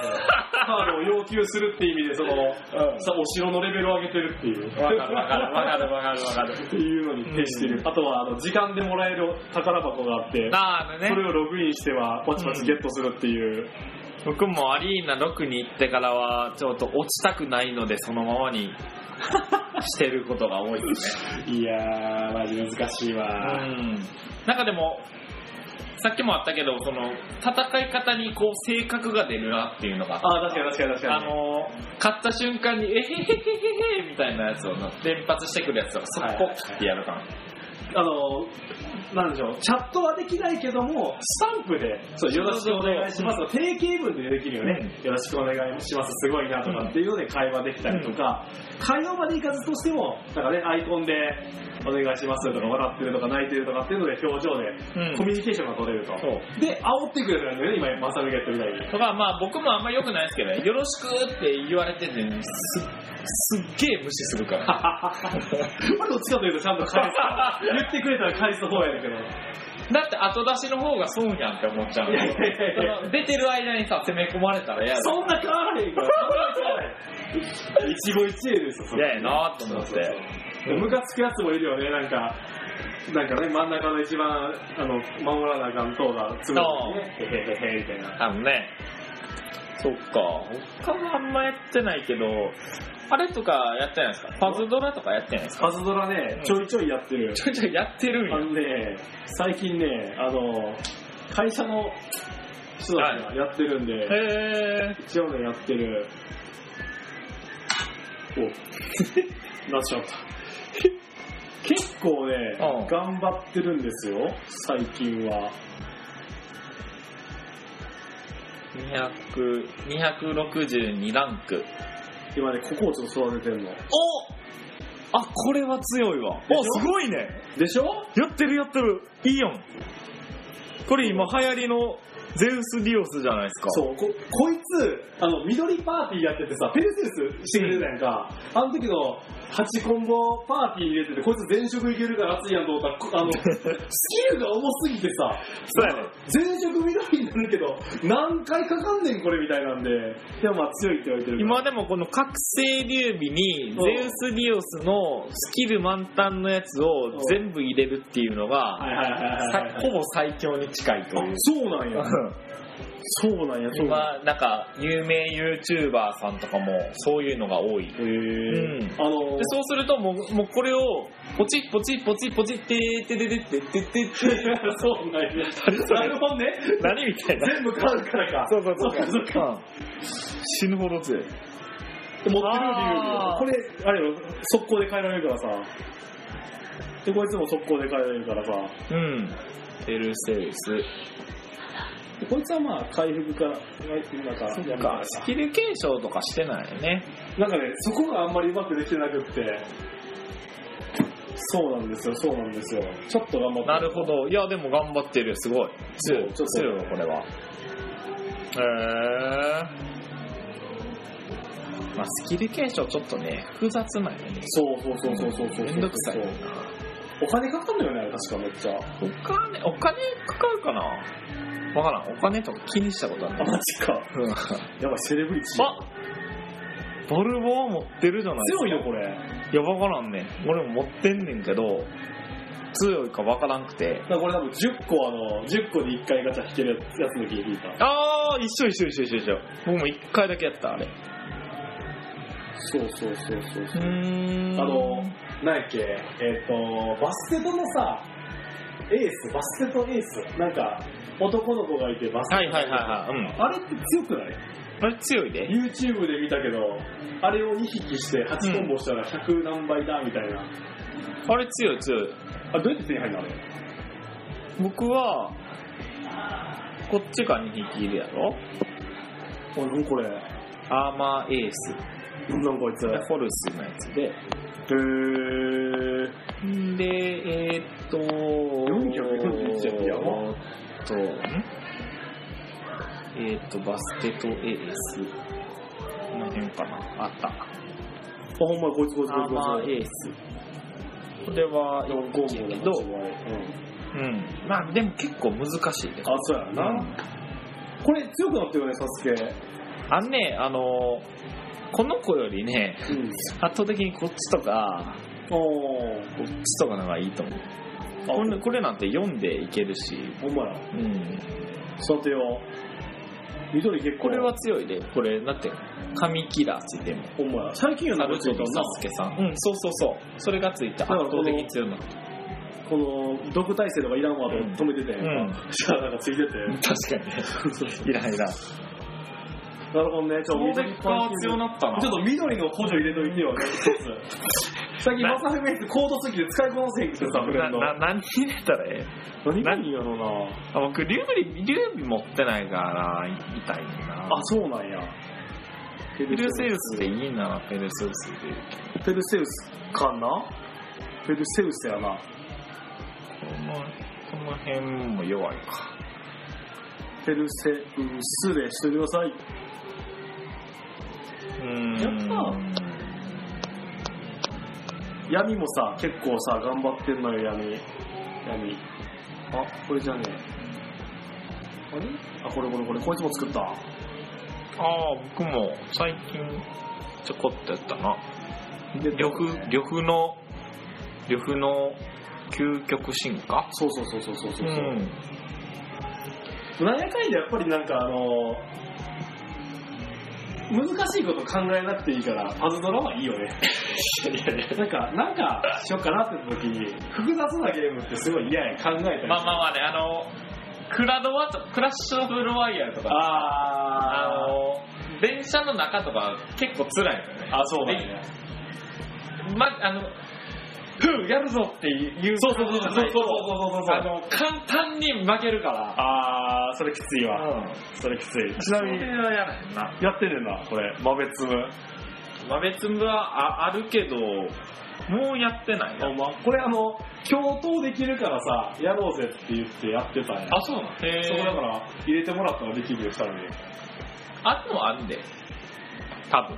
C: カードを要求するって意味でその、
D: ん
C: さお城のレベルを上げてるっていう
B: わかるわかるわかるわかるわかる。
C: っていうのに徹してる、あとはあの時間でもらえる宝箱があっ て
B: なああのね
C: それをログインしてはパチパチゲットするっていう、
B: 僕もアリーナ6に行ってからはちょっと落ちたくないのでそのままにしてることが多いですね
C: いやーマジ難しいうわ、
B: んなんかでもさっきもあったけどその戦い方にこう性格が出るなっていうのが
C: あー確かに確かに確かに
B: あの勝った瞬間に「えへへへへへ」みたいなやつをな連発してくるやつとか速攻切ってやるかな
C: あの、なんでしょう、チャットはできないけども、スタンプで、そう、よろしくお願いしますと、定型文でできるよね、よろしくお願いします、すごいなとかっていうので会話できたりとか、会話までいかずとしても、なんかね、アイコンで、お願いしますとか、笑ってるとか、泣いてるとかっていうので、表情
B: う
C: で
B: ん
C: コミュニケーションが取れると。
B: そう
C: で、煽ってくれるんだよね、今、まさみがやってるみた いに。
B: とかまあ僕もあんま良くないですけどね「よろしく」って言われててすすっげえ無視するから
C: まあどっちかというと、ちゃんと返すから。言ってくれたら返す方やねんけど。
B: だって後出しの方が損やんって思っちゃうの
C: いやいやいやいや
B: その出てる間にさ攻め込まれたら嫌だ
C: そんな変わらへんから。一期一会ですよ、それ
B: 嫌やなと思っ
C: そうそう
B: て
C: そうムカつくやつもいるよね、なんか。なんかね、真ん中の一番、あの、守らなあかん党が潰れてね、へへへへみたいな。
B: あのねそっか他はあんまやってないけどあれとかやってないですかパズドラとかやってないですか
C: パズドラね、ちょいちょいやってる。
B: ちょいちょいやってるん
C: あ
B: や
C: のね、最近ね、あの、会社の人たちがやってるんで、
B: へえ
C: 一応ね、やってる。お、 なっちゃった。結構ね、
B: うん
C: 頑張ってるんですよ、最近は。
B: 262ランク
C: 今ね、ここをちょっと育ててんの。
B: おあこれは強いわ
D: おすごいね
C: でしょ
D: やってるやってるいいやんこれ今流行りのゼウス・ディオスじゃないですか
C: そう、こ、こいつ、あの、緑パーティーやっててさ、ペルセウスしてくれたやんか。あの時の8コンボパーティー入れてて、こいつ全職いけるから熱いやんと思ったら、こあの、スキルが重すぎてさ、
D: そうやね
C: 全職緑になるけど、何回かかんねんこれみたいなんで。でもまあ強いって言われてるから。
D: 今でもこの覚醒劉備にゼウス・ディオスのスキル満タンのやつを全部入れるっていうのが
C: はいはいはいはいはい。
D: ほぼ最強に近いと
C: あ
D: いう
C: そうなんや。そうなんや、そうなんや。
B: 今なんか有名 YouTuber さんとかもそういうのが多い
C: へぇ
D: う
C: ー。あの
B: で、そうすると、もう、もうこれを、ポチッポチッポチッポチッてーててててててて
C: そうなんや。
D: それ
C: なるほどね。
D: 何みたいな
C: 全部買うからか。
D: そうそうそう
C: そっかそっか。
D: 死ぬほど強い
C: 持ってる理由よ
D: あー
C: これあれよ速攻で変えられるからさでこいつも速攻で変えられるからさ
D: うん
B: ペルセウス。
C: でこいつはまあ回復かなんかやめた
B: なんか
C: か、
B: スキル継承とかしてないよね。
C: なんかねそこがあんまりうまくできてなくってそうなんですよそうなんですよちょっと頑張って
B: なるほど。いや、でも頑張ってるよ。すごい。強い。
C: ちょっと
B: 強いわ、これは。へえ。まあ、スキル継承ちょっとね、複雑なんよね。
C: そうそうそうそうそうそう
B: めんどくさいよな。
C: お金かかんのよねあれ確かめっちゃあ
B: お金、お金かかるかなわからん。お金とか気にしたことはない。
C: マジか
B: うん
C: やばいセレブリティ
B: あボルボー持ってるじゃない
C: 強いのこれ
B: いや、わからんねん。俺も持ってんねんけど、強いかわからんくて
C: だ。からこれ多分10個あの10個で1回ガチャ引けるやつの時に引いた
B: あー、一緒一緒一緒一緒一緒。僕も一回だけやった、あれ。
C: そうそうそうそう
B: う
C: そう
B: ーん。
C: あの、なんやっけ、えっ、と、バスケ部のさ、エース、バスケ部エース、なんか、男の子がいてバスケ
B: はいはいはいはい。うん。
C: あれって強くない
B: あれ強いで。
C: ?YouTube で見たけど、あれを2匹して8コンボしたら100何倍だみたいな。
B: あれ強い強い。
C: あ、どうやって手に入るのあれ
B: 僕は、こっちが2匹いるやろ
C: おなんこれ
B: アーマーエース。
C: なんこいつ
B: こ
C: へ
B: れフォルスのやつで。
C: ー
B: んで、えーっと、
C: 441ややば
B: えーっと、んえーっと、バスケとエース。この辺かな。あった。
C: あほんまやこいつこいつこいつ
B: アーマ
C: こ
B: ー
C: い
B: エース。これは
C: つ
B: 4匹やけど、
C: うん
B: うん。まあでも結構難しいね。
C: あそうやな、これ強くなってるよねサスケう
B: あんね、あのーこの子よりね、
C: ん
B: 圧倒的にこっちとか、
C: おー
B: こっちとかの方がいいと思う。これこれなんて読んでいけるし、
C: ほんまや
B: うん。
C: 育てよう緑結構
B: これは強いで、これ、だって、神キラーついてるもん。
C: ほんまや最近や
B: サ
C: なこ
B: ル
C: いつい
B: トと
C: たん
B: サ
C: な
B: スケさん。うん、そうそうそう。それがついた。
C: だか
B: 圧
C: ら
B: 倒的に強いの。
C: この毒耐性とかいらんわと思って止めてて、
B: うん。
C: じゃあなんかついてて
B: 確かにね。 イライラ。そ
C: なるほどね、ちょっと
E: の
C: 緑
E: 結果は強なったな
C: ちょっと緑の補助入れといてよ、ね、つ。最近マサフメイクコードすぎて使いこなせへんくてさ、フレ
B: な、
C: ンド。
B: な、何入れたらええ
C: 何がいいやろな
B: あ僕、リュウビ、リュウビ持ってないから、痛いねんな。
C: あ、そうなんや。ペ
B: ペルセウ
C: ウ
B: スでいいならペルセウスでいいけ
C: ス。ペルセウスかなペルセウスやな。
B: どこのこの辺も弱いか
C: ペルセウスでしてください。
B: うーん
C: や闇もさ、結構さ、頑張ってんのよ、闇。闇。あ、これじゃねえ。あれあ、これこれこれ、こいつも作った。
B: ああ僕も最近ちょこっとやったな緑緑の緑の究極進化
C: そうそうそうそうそうそう。
B: ん
C: なんやかんややっぱりなんかあの難しいこと考えなくていいからパズドラはいいよねなんかなんかしようかなって時に複雑なゲームってすごい嫌や考えたり
E: まあまあまあね、あの、クラドワと、クラッシュオブロワイヤルとか、あ
C: あー
E: の、電車の中とか結構辛いのよね。
C: あそうだね
E: でま、あの、ふうやるぞっていう。そうそうそうそうそう
C: そうそうそうそう
E: あの、簡単に負けるから。
C: あーそれきついわ
E: うん。
C: それきついちなみに
E: それはやらへんな。
C: やってるなこれ豆粒
B: 豆粒はああるけどもうやってないな
C: ほんまこれあの共闘できるからさやろうぜって言ってやってたんや
E: あ、そうなのへ
C: そこだか
E: ー
C: ら入れてもらったらできるよさらに
E: あとはあるんで。
B: 多分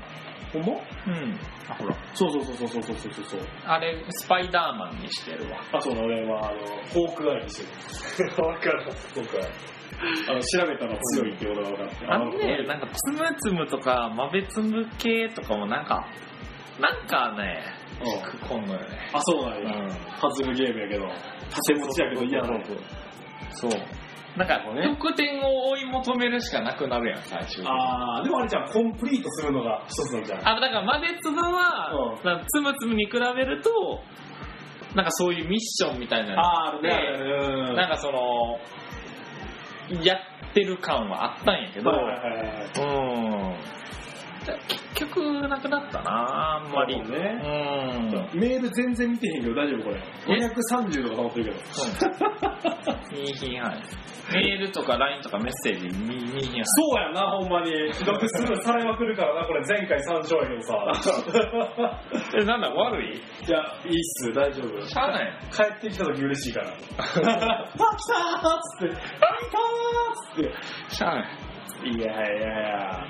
C: ほんま
B: うんあほら
C: そうそうそうそうそうそうそうそう
E: あれ、スパイダーマンにしてるわ。
C: あ、そうだ、俺は、あの、フォークアイにしてる。わかる、フォークアイ。あの、調べたら強いってことが分かって。
B: あのね、なんか、つむつむとか、豆つむ系とかもなんか、なんかね、
C: うん。
B: こんのよね。
C: あ、そうなん
B: う
C: や。
B: ん。
C: パズルゲームやけど。手持ちやけど嫌なの。
B: そう。
E: なんか
C: そうね、
E: 得点を追い求めるしかなくなるやん、最終的に
C: あー、でもあれじゃん、コンプリートするのが一つなんじゃん。
B: あ、だから、豆粒は
C: う、ん
B: なんかつむつむに比べると、なんかそういうミッションみたいなのが
C: あー、
B: ね
C: うん。
B: なんかその、やってる感はあったんやけど、
C: はいはいはいはい
B: うん。結局、なくなったな、あんまり。
C: そう
B: う
C: ね。
B: ん。
C: メール全然見てへんけど大丈夫これ。530とか溜まってるけど。
B: 見えひんはい。メールとか LINE とかメッセージ見見えひんや
C: そうやな、ほんまに。 読するされまくるからな、これ前回参照やけどさ。
B: え、なんだ、悪い
C: いや、いいっす、大丈夫。
B: しゃあない。
C: 帰ってきた時嬉し いから。あ、来たーっつって、あ、来たーっつ
B: しゃあない。
C: って。いやいやいや。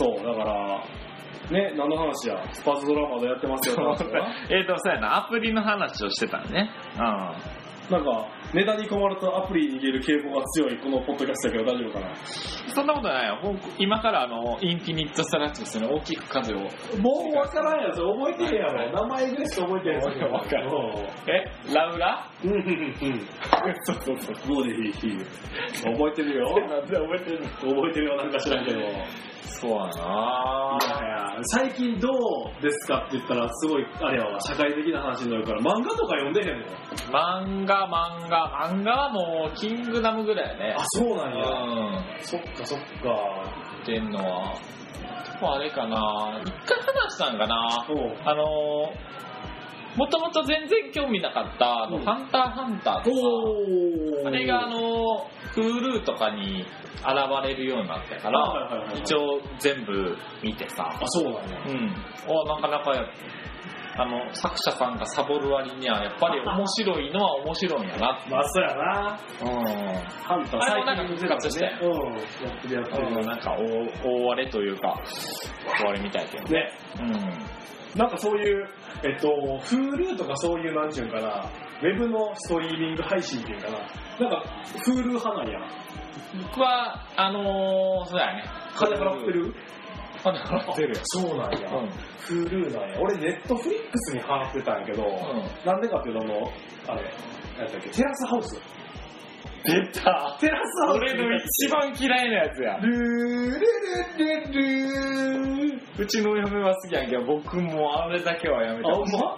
C: そう、だから、ね、何の話や。スパーズドラマでやってますよ、なんか、
B: えっと、そうやな、アプリの話をしてたね。う
C: ネタに困るとアプリに逃げる傾向が強いこのポッドキャストやけど大丈夫かな。
B: ん。そんなことないよ。僕、今からあの、インフィニットストラクチャーの大きく数を。
C: もうわからんやつ、覚えてへんやろ。名前ぐらいしか覚えてへんやつ。
B: わかる
C: うん
B: えラウラ
C: うんうんうん。そうそうそう。もうでいい、いい覚えてるよ。なんで覚えてるの覚えてるよ、なんか知らんけど。いやい
B: そうやな
C: や、最近どうですかって言ったら、すごい、あれやわ、社会的な話になるから、漫画とか読んでへんの
B: 漫画、漫画。漫画はもう、キングダムぐらいやね
C: あ、。そうなんや。
B: う
C: そっかそっか。
B: ん。ってんのは。でもあれかな一回話したんかな
C: おう
B: あのーもともと全然興味なかった、あの、
C: うん
B: ハンターハンターとか、
C: お
B: あれがあの、Hulu とかに現れるようになったから、
C: はいはいはいはい
B: 一応全部見てさ
C: あ、そうなんや
B: うん。おなかなかや、あの、作者さんがサボる割には、やっぱり面白いのは面白いんやな。
C: まあそうやな
B: うん。
C: ハンター
B: あれもなんか復活した
C: ね
B: よ
C: うんやってるやってる
B: なんか大大荒れというか大荒れみたいけど
C: ね
B: うん
C: なんかそういう、えっと、Hulu とかそういう、なんちゅうんかな、ウェブのストリーミング配信っていうかな、なんか、Hulu 派なんや。
B: 僕はあのー、そうだよね
C: 金払ってる
B: 金払ってるよ
C: そうなんや。
B: うん
C: Hulu なんや。俺、ネットフリックスに払ってたんやけど、
B: う
C: なんでかっていうと、もう、あれ、なんだっけ、テラスハウス。出たテラスハウス
B: 俺の一番嫌いなやつや
C: ルールルルルー
B: うちの嫁は好きやんけど僕もあれだけはやめて
C: あ、ほ
B: ほ
C: ん
B: しい
C: ま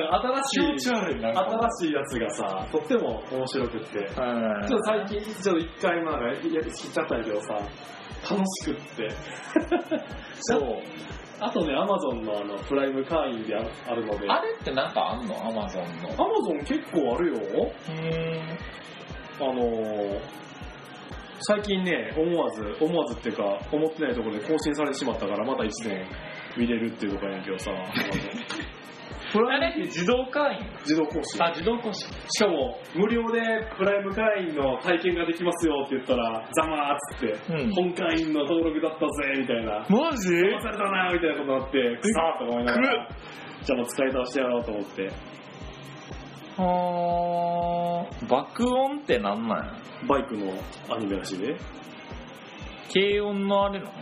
C: なんか
B: 気
C: 新
B: 持
C: し
B: ち
C: い、
B: 悪いなんか
C: 新しいやつがさ、とっても面白くって。
B: うん
C: ちょっと最近、ちょっと一回まあ、やりきっちゃったんやけどさ、楽しく って。
B: そう
C: あとね、アマゾンのあの、プライム会員でああるので。
B: あれってなんかあんのアマゾンの
C: アマゾン結構あるよ。
B: うん
C: あのー、最近ね、思わず、思わずっていうか、思ってないところで更新されてしまったから、また1年見れるっていうところやねんけどさ、アマゾンプ
B: あ
C: ラ
B: れ
C: イ
B: っ
C: ム
B: て自動会員
C: 自動更新。
B: あ自動更新
C: しかも、無料でプライム会員の体験ができますよって言ったら、ざまーっつって、
B: うん
C: 本会員の登録だったぜ、みたいな。
B: マジ
C: 騙されたなみたいなことになって、くさーとか思いながら、じゃあもう使い倒してやろうと思って。
B: はー爆音ってなんなんや
C: バイクのアニメらしいね。
B: 軽音のあれなの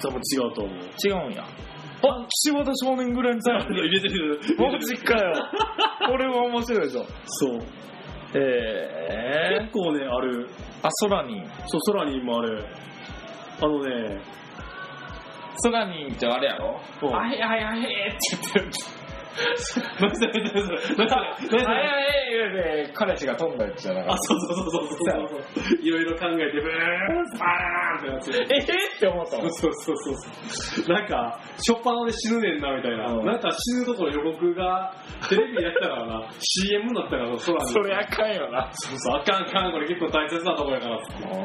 C: 多分違うと思う。
B: 違うんや。あ、岸和田少年ぐらいのタイプ
C: 入れて る
B: マジか よ。これは面白いぞ。
C: そう。
B: え
C: 結構ね、ある。
B: ー。あ、空に。
C: そう、空にもある。あのね、
B: 空にってあれやろ
C: うん
B: あへあへあへって言って
C: 何それ何それ何それ何そ
B: る。あへ
C: れ
B: あへで、彼氏が飛んだやつじゃなか
C: あ
B: っ、
C: そうそうそうそうそうそう。いろいろ考えて、ブーン、サーンってなって。
B: た。えーって思ったもん。
C: そうそうそうそう。なんか、初っ端で死ぬねんな、みたいな。
B: うん
C: なんか死ぬところ予告が、テレビでやってたからな、CM だったから、空に。
B: それあかんよな。
C: そうそう、あかんあかん、これ結構大切なところやから。
B: あー。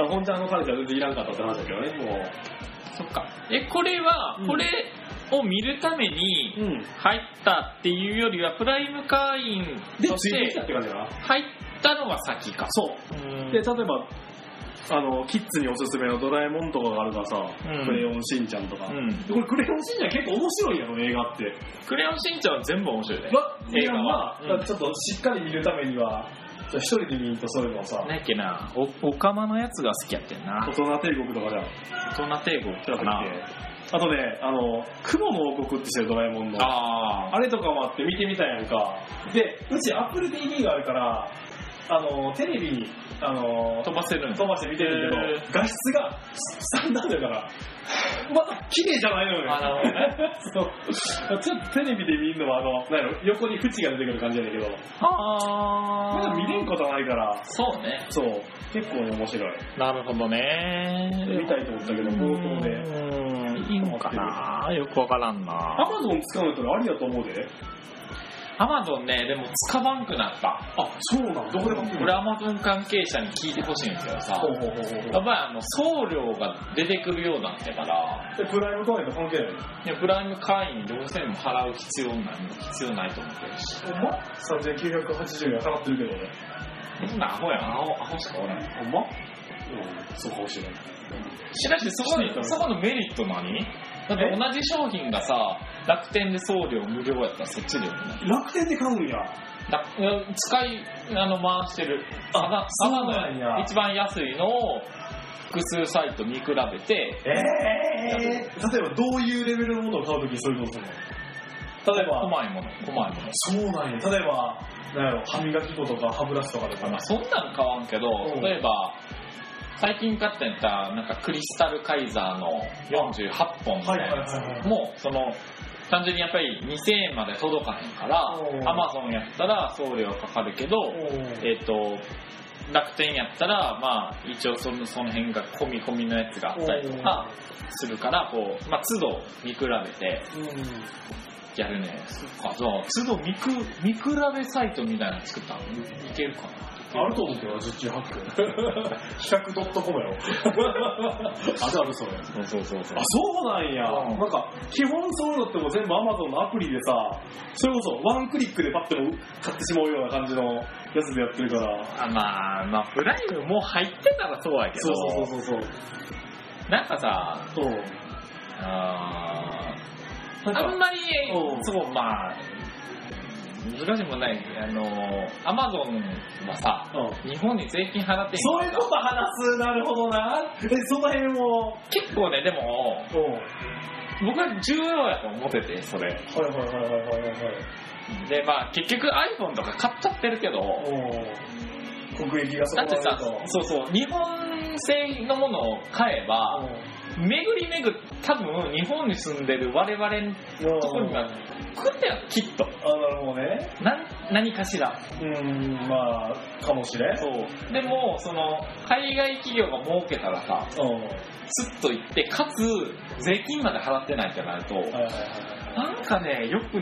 C: あ、本ちゃんの彼女は全然いらんかったって話だけどね、も
B: そっか。え、これは
C: う、ん
B: これを見るために
C: う。うん。
B: 入ったっていうよりは、プライム会員
C: で、
B: と
C: つ
B: し
C: いてきたってて感じだな。
B: 入ったのが先か。
C: そう。で、例えば、あの、キッズにおすすめのドラえもんとかがあるからさ、
B: うん
C: クレヨンしんちゃんとか。
B: う
C: で
B: ん。
C: これ、クレヨンしんちゃん結構面白いやろ、映画って。
B: クレヨンしんちゃんは全部面白いね。
C: わ
B: 映
C: 映
B: 画
C: 画
B: は
C: は、だからちょっとしっかり見るためには、じゃあ一人で見るとそういうのをさ、
B: なんやっけな、お、オカマのやつが好きやってんな
C: 大。人帝国とかじゃん。
B: 大人帝国
C: だ
B: か
C: っ
B: な。
C: けあとね、あの、雲の王国ってしてるドラえもんの。あ
B: ああ。
C: れとかもあって見てみたんやんか。で、うち Apple TV があるから、あの、テレビに、あの、
B: 飛ばせるん
C: 飛ばして見てるんだけど、画質がスタンダードやから、まだ綺麗じゃないのよ。
B: あなるほどね
C: そう。ちょっとテレビで見るのは、あの、なんやろ横に縁が出てくる感じやねんけど、
B: あ
C: まだ見れん
B: か。
C: ことないから、
B: そうね。
C: そう、結構面白い。
B: なるほどね。
C: 見たいと思ったけど、冒頭で。
B: うーん、いいのかなよくわからん
C: ア
B: な。
C: マゾン使うんやったらありだと思うで。
B: アマゾンね、でも使わんくなった。
C: あ、そうなんどこでも
B: これアマゾン関係者に聞いてほしいんですけどさ
C: ほ。うほうほうほう
B: やっぱりあの、送料が出てくるようになってから、
C: でプライム会員と関係ない
B: いやプライム会員4000円も払う必要ない、必要ないと思ってるし。
C: ほんま ?3980 円払ってるけどね。
B: そんなアホやん、アホ、アホしかおらん。
C: ほんまうん、そうかもしれない。
B: しかし、そこの、そこのメリット何だって同じ商品がさ、楽天で送料無料やったらそっちでよくない
C: 楽天で買うんや。
B: だうん使い、あの、回してる。あ
C: そうなんや
B: 一番安いのを複数サイト見比べて、
C: ええー、例えばどういうレベルのものを買うときにそういうことするの例えば、
B: 細いもの、細いもの。
C: そうなんや。例えば、なんやろ、歯磨き粉とか歯ブラシとかでか
B: ま
C: な
B: あ、。そんなん買わんけど
C: う、ん
B: 例えば、最近買ったんやったら、なんかクリスタルカイザーの48本みたいなや
C: はいはいはいは
B: つ
C: い
B: も、その、単純にやっぱり2000円まで届かへんから
C: う、ん
B: アマゾンやったら送料かかるけど、えっと、楽天やったら、まあ、一応そのその辺が込み込みのやつがあったりとかするから、こう、まあ、都度見比べて、
C: うん。
F: やるね。そっか、じゃあ、都度見く、見比べサイトみたいなの作ったのいけるかな。
G: あると思うけど、実地発 表。比較 .com やろ。あるある、それ。
B: そうそうそうそう
C: あ、そうなんや。
F: うん
C: なんか、基本そういうのってもう全部 Amazon のアプリでさ、それこそワンクリックでパッてもう買ってしまうような感じのやつでやってるから。
B: あまあまあプライムもう入ってたらそうやけど
C: そうそうそうそう。
B: なんかさ
C: そう。うん
B: あー
C: なんか
B: あんまり
C: うん
B: そうまあ難しいもんないあのアマゾンはさ日本に税金払ってん
C: そ
B: か
C: うい
B: ら
C: うこと話す、なるほどな。え、その辺も、
B: 結構ねでも
C: うん。は
B: 僕は重要やと思っててそれ
C: いはいはいはいはいはい。
B: でまあ結局 iPhone とか買っちゃってるけど
C: うん国益がそこ
B: だ
C: ま
B: って
C: でと
B: さそうそう日本製のものを買えば巡り巡って多分日本に住んでる我々の
C: うん
B: ところには来るんだよきっと
C: あ、なるほどね。
B: なん何かしら
C: うん、まあ、かもしれん。
B: そうでもその海外企業が儲けたらさ
C: うん。はい
B: スッと行ってかつ税金まで払ってないってなると
C: はいはい。
B: なんかねよく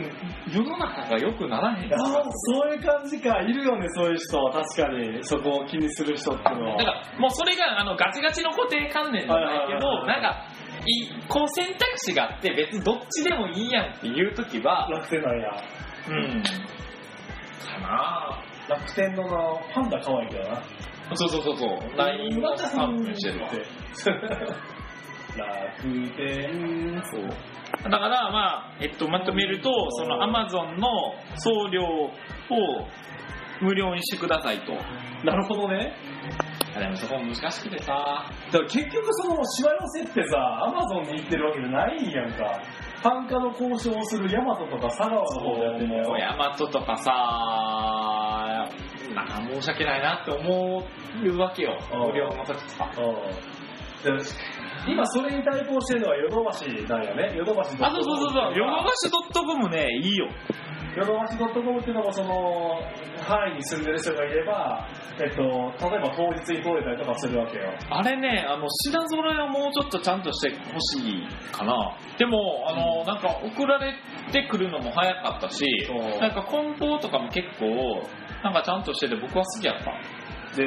B: 世の中が良くならへんな
C: あそういう感じか。いるよね、そういう人。確かに。そこを気にする人っていうのは。
B: だからもうそれがあのガチガチの固定観念じゃないけ
C: はいはいはいは
B: ど
C: い
B: なんかいこう選択肢があって別にどっちでもいいやんっていう時は
C: 楽天なんや。
B: うんかな
C: 楽天のな、パンダ可愛いけどな。
B: ぁそうそうそうそう LINE のスタンプにしてるわ
C: 楽天。そう。
B: だから、まあ、えっと、まとめると、そのアマゾンの送料を無料にしてくださいと。
C: なるほどね。
B: でもそこ難しくてさ、
C: だから結局そのしわ寄せってさ、アマゾンに行ってるわけじゃないんやんか。単価の交渉をするヤマトとか佐川の方でやってんだよ。
B: ヤマトとかさ、なんか申し訳ないなって思うわけよ。
C: うん
B: 無料の時とか。
C: うんで今それに対抗してるのはヨドバシなんやね。ヨドバシ
B: あ、そうそうそうそう。ヨドバシ .com ね、いいよ。
C: ヨドバシドットコムっていうのもその範囲に住んでる人がいれば、えっと、例えば当日に通れたりとかするわけよ。
B: あれね、あの、品揃えはもうちょっとちゃんとしてほしいかな。でも、あの、なんか送られてくるのも早かったし、
C: そう
B: なんか梱包とかも結構、なんかちゃんとしてて僕は好きやった。
C: で、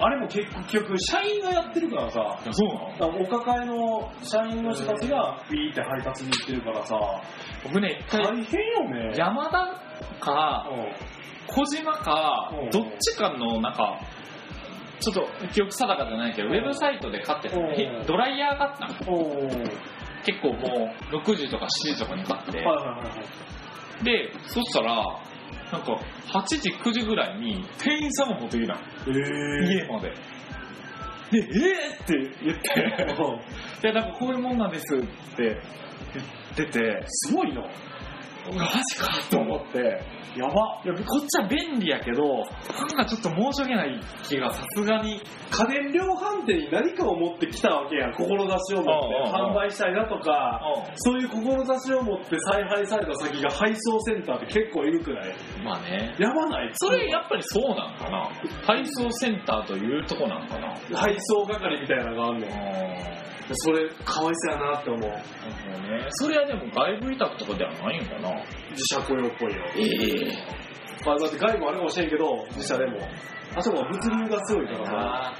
C: あれも結局社員がやってるからさ、
B: そうなの
C: だからお抱えの社員の人たちがビーって配達に行ってるからさ、
B: 僕ね、一
C: 大
B: 回、
C: 変よね。
B: 山田か、小島か
C: うん、
B: どっちかの、なんか、ちょっと記憶定かじゃないけど、ウ
C: うん
B: ェブサイトで買ってた
C: うん
B: へドライヤー買ったの。
C: おおー。
B: 結構もう、6時とか7時とかに買って、
C: はいはいはいはい。
B: で、そしたら、なんか、8時、9時ぐらいに、店員さんが持ってきたの。家まで。で、えー、って言って、で、なんかこういうもんなんですって言ってて、
C: すごいな。
B: マジかと思って、
C: やば。
B: いや、こっちは便利やけど、なんかちょっと申し訳ない気がさすがに、
C: 家電量販店に何かを持ってきたわけやん。志を持って。
B: うんうんうん
C: 販売したいだとか、そういう志を持って再配された先が配送センターって結構いるくない
B: まあね。
C: やばない
B: それやっぱりそうなんかな配送センターというとこなんかな
C: 配送係みたいなのがあんねん。
B: う
C: それ、かわいそうやなって思う。
B: ん。ね、それはでも外部委託とかではないんかな
C: 自社雇用っぽいよ。まあだって外部あるかもしれんけど、自社でも。あそこは物流が強いからさ。
B: あ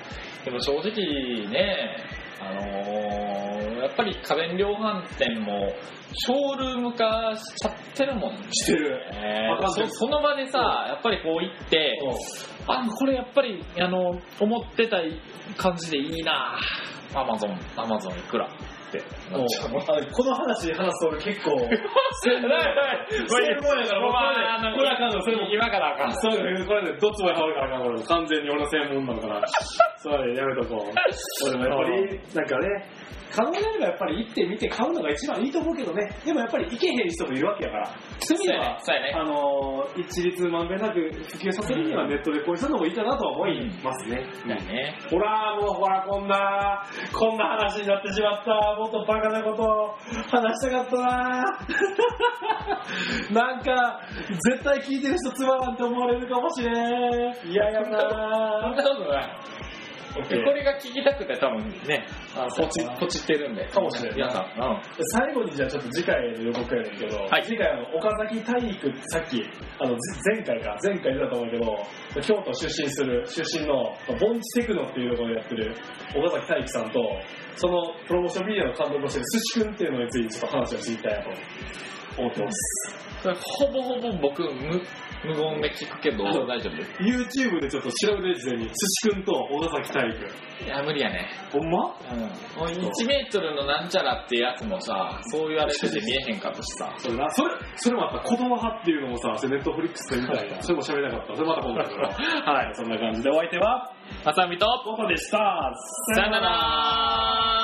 B: ーでも正直ね、あのーやっぱり家電量販店もショールーム化しちゃってるもんね。
C: してる。
B: ね
C: わかんない
B: そその場でさ、やっぱりこう行って、あ、これやっぱり、あの、思ってた感じでいいなアマゾン、アマゾンいくらってなっちゃう。
C: あのこの話話すと俺結 構、
B: ないない
C: 専門やから、もうこれねこれあかんの、それも
B: 今からかん。
C: そういうのこれね、どっちも羽織るからあかん、これ完全に俺の専門なのから。そうやめとこう。俺もやっぱり、なんかね、可能であればやっぱり行ってみて買うのが一番いいと思うけどね。でもやっぱり行けへん人もいるわけやから。そういう意味では、
B: そうやね
C: あのー、一律まんべんなく普及させるにはネットでこういうのもいいかなとは思いますね。
B: だよね。
C: ほら、もうほら、こんな、こんな話になってしまった。もっとバカなこと話したかった ななんか、絶対 聞いてる人つまらんって思われるかもしれん。嫌や
B: そん
C: な
B: なことない。これが聞きたくて多分ね、
C: あ
B: ポチポチってるんで。
C: かもしれんな
B: 皆さん。うん
C: 最後にじゃあちょっと次回の予告やねんけど、
B: はい
C: 次回あの岡崎体育ってさっきあのぜ前回か前回出たと思うけど京都出身する出身の盆地テクノっていうところでやってる岡崎体育さんとそのプロモーションビデオの監督をしてる寿司君っていうのについてちょっと話をしていきたいなと思ってます
B: それほぼほぼ僕無無言で聞くけど大丈夫です
H: YouTube でちょっと調べて事前に寿司くんと小田崎体育
B: いや無理やね
H: ほんま
B: うんもう1メートルのなんちゃらってやつもさそう言われてて見えへんかったしさ
H: それなそれそれもあった子供派っていうのもさそれネットフリックスで見たいなそれも喋れなかったそれまた今度だから
C: はいそんな感じでお相手は
B: まさみと
C: ここでした
B: さよなら